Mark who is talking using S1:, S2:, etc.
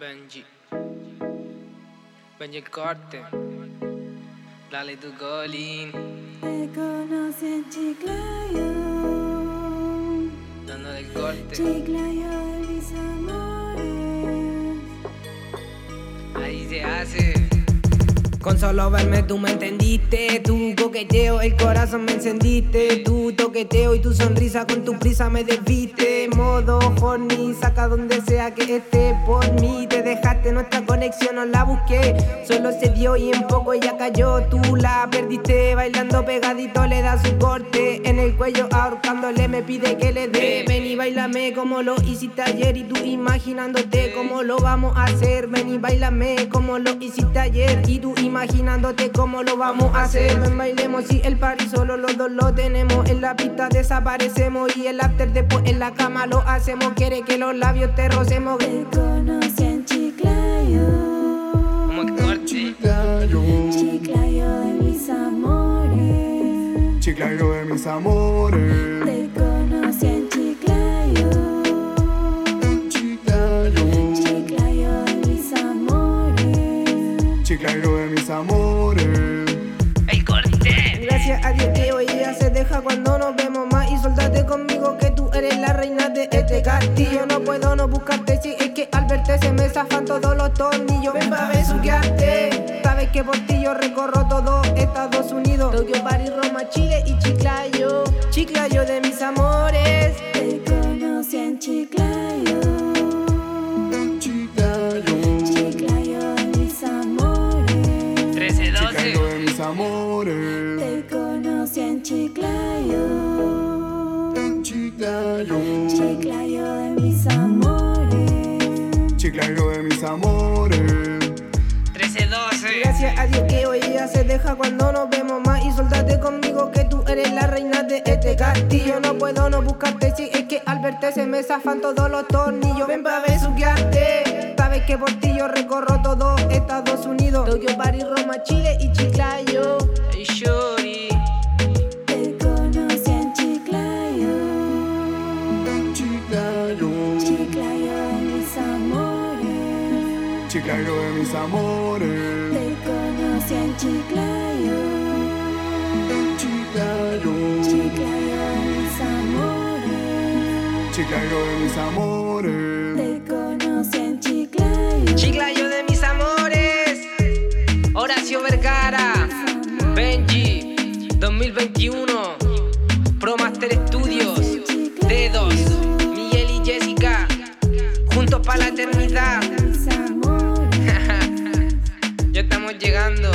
S1: Benji. Benji corte. Dale tu golín.
S2: Te conocí en Chiclayo,
S1: Dándole el corte.
S2: Chiclayo de mis amores.
S1: Ahí se hace.
S3: Con solo verme tú me entendiste, tu coqueteo, el corazón me encendiste, tu toqueteo y tu sonrisa con tu prisa me desviste. Modo horny, saca donde sea que esté por mí, te dejaste nuestra conexión, no la busqué, solo se dio y en poco ella cayó, tú la perdiste, bailando pegadito le da su corte, en el cuello ahorcándole me pide que le dé, ven y bailame como lo hiciste ayer y tú imaginándote cómo lo vamos a hacer, ven y bailame como lo hiciste ayer y tú imaginándote cómo lo vamos a hacer, ven bailemos si el party solo los dos lo tenemos, en la pista desaparecemos y el after después en la cama lo hacemos, quiere que los labios te rocemos,
S2: Te conocí en Chiclayo,
S1: Como el corte.
S2: Chiclayo de mis amores.
S4: Chiclayo de mis amores.
S2: Te conocí en Chiclayo,
S4: Chiclayo.
S2: Chiclayo de mis amores.
S4: Chiclayo de mis amores.
S1: El corte.
S3: Gracias a Dios que hoy día se deja cuando nos vemos más Y soldate conmigo que tú eres la reina de este castillo No puedo no buscarte si es que al verte se me zafan todos los tornillos Ven pa' besuquearte Sabes que por ti yo recorro todo Estados Unidos Tokio, París, Roma, Chile y Chiclayo Chiclayo de mis amores
S2: Te conocí en Chiclayo, Chiclayo de mis amores.
S1: 13,
S4: Chiclayo
S1: 12.
S4: de mis amores.
S2: Te conocí en Chiclayo,
S4: Chiclayo.
S2: Chiclayo de mis amores.
S4: Chiclayo de mis amores.
S1: 13, 12.
S3: Gracias a Dios que hoy día se deja cuando nos vemos más Y soldate conmigo que tú eres la reina de este castillo No puedo no buscarte si es que al verte se me zafan todos los tornillos Ven pa' besuquearte Sabes que por ti yo recorro todo Estados Unidos Tokio, París, Roma, Chile y Chiclayo
S1: El shorty.
S2: Te conocí en Chiclayo, Chiclayo de mis amores.
S4: Chiclayo de mis amores.
S2: Te conocí en Chiclayo, Chiclayo de mis amores.
S4: Chiclayo de mis amores.
S2: Te conocí en Chiclayo.
S1: Chiclayo de mis amores. Horacio Vergara. Benji. 2021. Promaster Studios. Dedos. Miguel y Jessica. Juntos para la eternidad.
S2: Mis amores.
S1: ya estamos llegando.